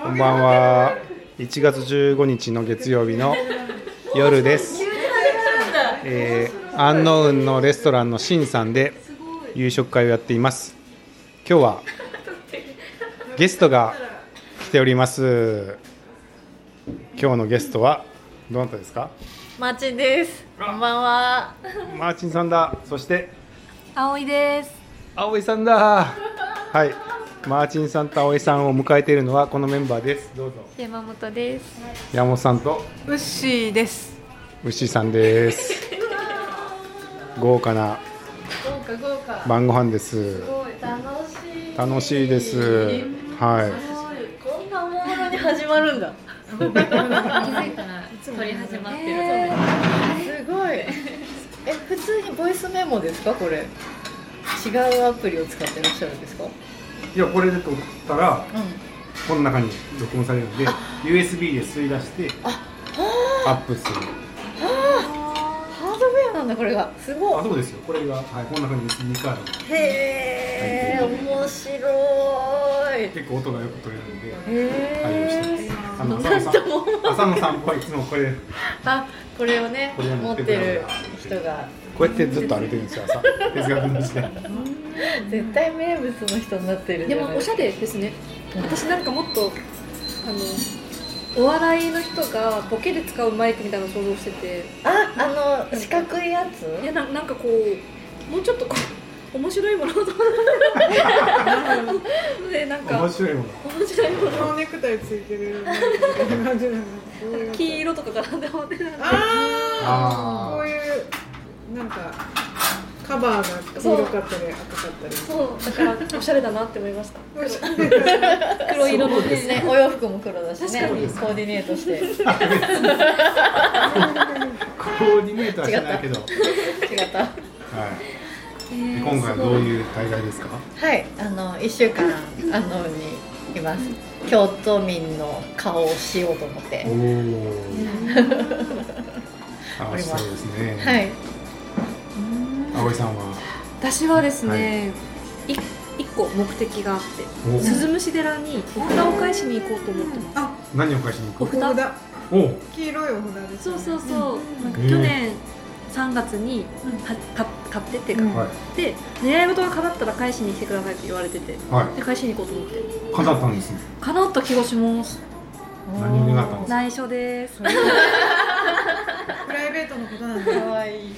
こんばんは。1月15日の月曜日の夜です。えー、アンノウンのレストランのシンさんで夕食会をやっています。今日はゲストが来ております。今日のゲストはどなたですか？マーチンです。こんばんは。マーチンさんだ。そして葵です。葵さんだ。はい。マーチンさんと葵さんを迎えているのはこのメンバーです。どうぞ。山本です。山本さんとウッシーです。牛さんです。豪華な豪華豪華晩ご飯です。すごい楽しい楽しいです。はこんな大物に始まるんだ。撮り始まってる、すごい。え、普通にボイスメモですか、これ。違うアプリを使ってらっしゃるんですか。い。いやこれで撮ったらこの中に録音されるので USB で吸い出してアップする。ハードウェアなんだ、これが。すごあそうですよ。これがはいこの中に2回ある。い。へえ、面白い。へ結構音がよく取れるんで対応してえ。ます。あの浅野さん浅野さんはいつもこれあ、これをね、これを持持っっててるる人が。こうやってずっと歩いてるんですよ朝哲学の時代。絶対名物の人になってるんじでゃないもおしゃれですね私なんかもっとあのお笑いの人がボケで使うマイクみたいなのを想像しててあ、あの四角いやつ。いやななんかこうもうちょっとこう面白いものとでなんか面白いもの。面白いものこのネクタイついてる。 黄色とかかなって思ってたあああ。ーこういうなんかカバーが黄色かったり赤かったり。そうだからおしゃれだなって思いました黒色のね、お洋服も黒だしね、コ確かにーディネートして。コーディネートはしないけど。違った。ははい。で今回はどういう大会ですか？い、あの一週間、あのにいます。京都民の顔をしようと思ってお。お。楽しそうですね。はい。葵さんは。私はですね、い一個目的があってお鈴虫寺にお札を返しに行こうと思ってますあ、何を返しに行おく？お札札。おお。黄色いお札です、そね。うそうう。そう、なんかうん去年3月にうんはか買ってってか、うんはで願い事が叶ったら返しに来てくださいって言われててい。はで返しに行こうと思ってい。簡単だったんです ね。叶った気がします何に願ったんですか？内緒ですプライベートのことなんだ。可愛い。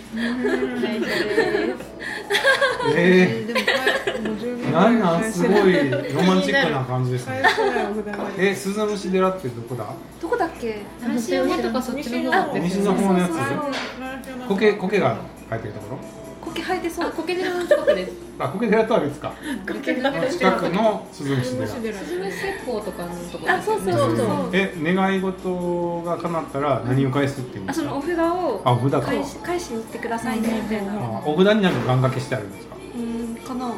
えでもこれもう十え年ー。なんなんすごい。いロマンチックな感じです返ね。せないお札がありえ、ます。鈴虫寺ってどこだ？どこだっけ西山とかそっちの方お店の方のやつそうそうそう苔苔が生えてるとこ苔生えてそうコケ寺の近くです。ろ？あ、苔寺とは別か。近くの鈴虫寺。節港とかのとこあそうそうそうそうえ、願い事が叶ったら何を返すっていうんであすそかのお？札をあ、お札か。返し返しに行ってくださいねみたいなあお札になんか願掛けしてあるんですか？うんかな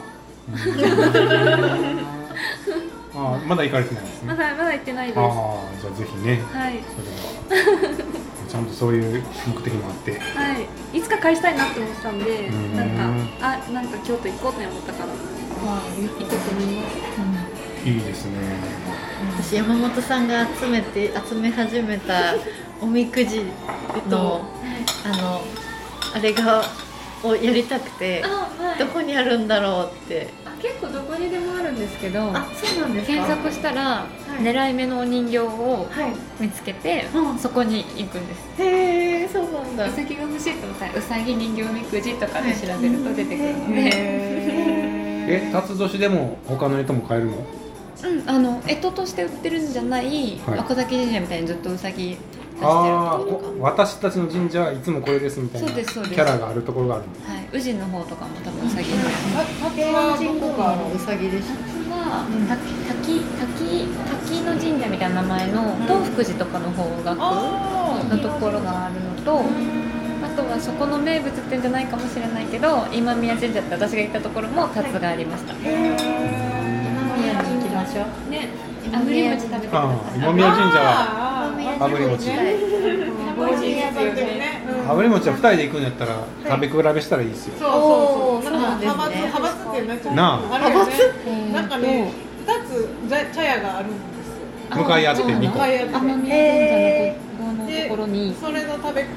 あーまだ行かれてないんですね。まあだまだ行ってないですはあーじゃあぜひねいそれはちゃんとそういう目的もあってはいいつか返したいなって思ってたんでうんなんかあなんか京都行こうって思ったから行こうと思いますいいですね。私山本さんが集めて集め始めたおみくじの、あのあれがをやりたくてどこにあるんだろうって結構どこにでもあるんですけどそうなんで検索したらい狙い目のお人形をはい見つけて、うんそこに行くんですへえそうなんだウサギが欲しいと思ったらウサギ人形みくじとかで調べると出てくるので、え、辰年でも他の人も買えるの？うん、あの干支として売ってるんじゃない、はい赤崎神社みたいにずっとウサギ出してるとこああ、ろとこ私たちの神社はいつもこれですみたいなそうキですそうですャラがあるところがあるんです。か、はい、宇治の方とかも多分ウサギ平安神宮のうさぎでしは滝滝滝滝の神社みたいな名前の東福寺とかの方角のところがあるのと、あとはそこの名物ってんじゃないかもしれないけど今宮神社って私が行ったところもタツがありました、た宮に行きましょうねあぶり餅食べてくだああ、さい今宮神社は炙り餅。美味しいですよね。炙り餅は二人で行くんやったら食べ比べしたらいいですよ。そうそうそう。なんか派閥派閥ってなっちゃう。あれね。なんかね、二つ茶屋があるんですよ。向かい合ってそうなの二個あやって奄美へ神社の五合のところにそれの食べ比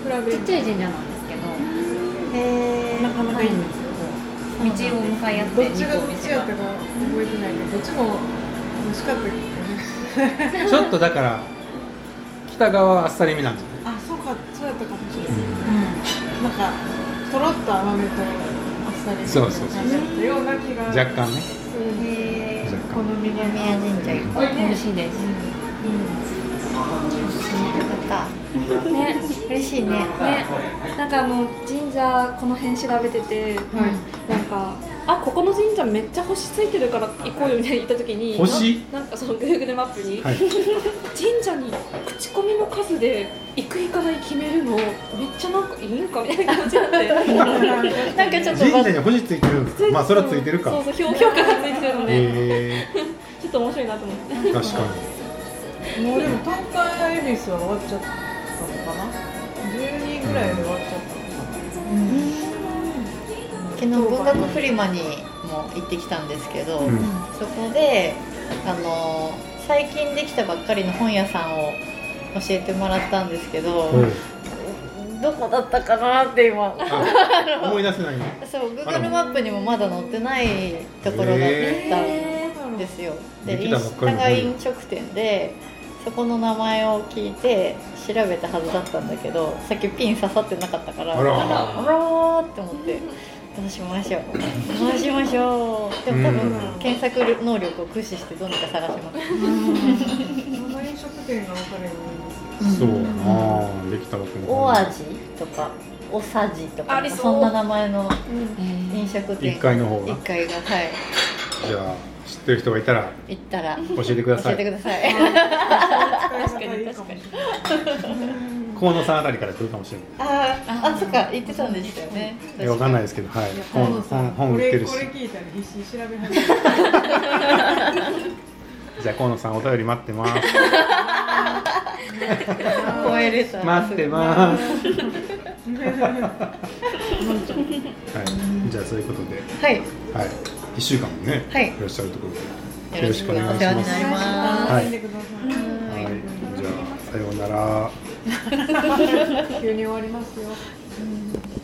べちっちゃい神社なんですけどへなかなかいいんですよ道を向かい合ってどっ二ちが個どっち道やがったか覚えてないけどどっちも美味しかったけどねちょっとだから北側はあっさりめなんじゃないあそうかそうやったかもしれない、うなんかとろっと甘めとあっさりみたいなそうそうそう感じだったような気が若干ねうんんへ若干好みがえ宮神社行こうよ美味しいですかっねた嬉しいねね、なんかあの神社この辺調べてて、なんかあここの神社めっちゃ星ついてるから行こうよみたいに行った時に星ななんかその Google マップに、はい神社に口コミの数で行く行かない決めるのめっちゃなんかいいんかみたいな感 じになってなんかちょっと神社に星ついてるんですかまあそれはついてるそかうそう評評価がついてるので、へえちょっと面白いなと思って確かにもうでも東海恵比寿は終わっちゃったのかな10人ぐらいで終わっちゃっ昨日文学フリマにも行ってきたんですけど、うんそこであの最近できたばっかりの本屋さんを教えてもらったんですけど、おうどこだったかなって今あ思い出せないのそう Google マップにもまだ載ってないところがへ出たんたのですよでできイたンばっスかタりのが飲食店でそこの名前を聞いて調べたはずだったんだけどさっきピン刺さってなかったからあらあらーって思ってどうしましょうどうしましょうでも多う分検索能力を駆使してどうにか探します生飲食店が分かるようそうやなできたばっかりお味とかおさじとあかりそうそんな名前の飲え食店一階の方が1階がはいじゃあ知ってる人がいたら行ったら教えてくだ教さえてくいださいになります確かに確か河野さんあたりから来るかもしれあーあそっか言ってたんでしたよねないわかんないですけどはいに本本本こ売っれてるしこれ聞いたら必死に調べ始め たじゃあ河野さんお便り待ってます超えれた待ってますはいじゃあそういうことではいはい一週間もねはいいらっしゃるところでよろしくお願いしますよろお世話しくおになりますはい楽しんでくださはいじゃあさようならい急に終わりますよ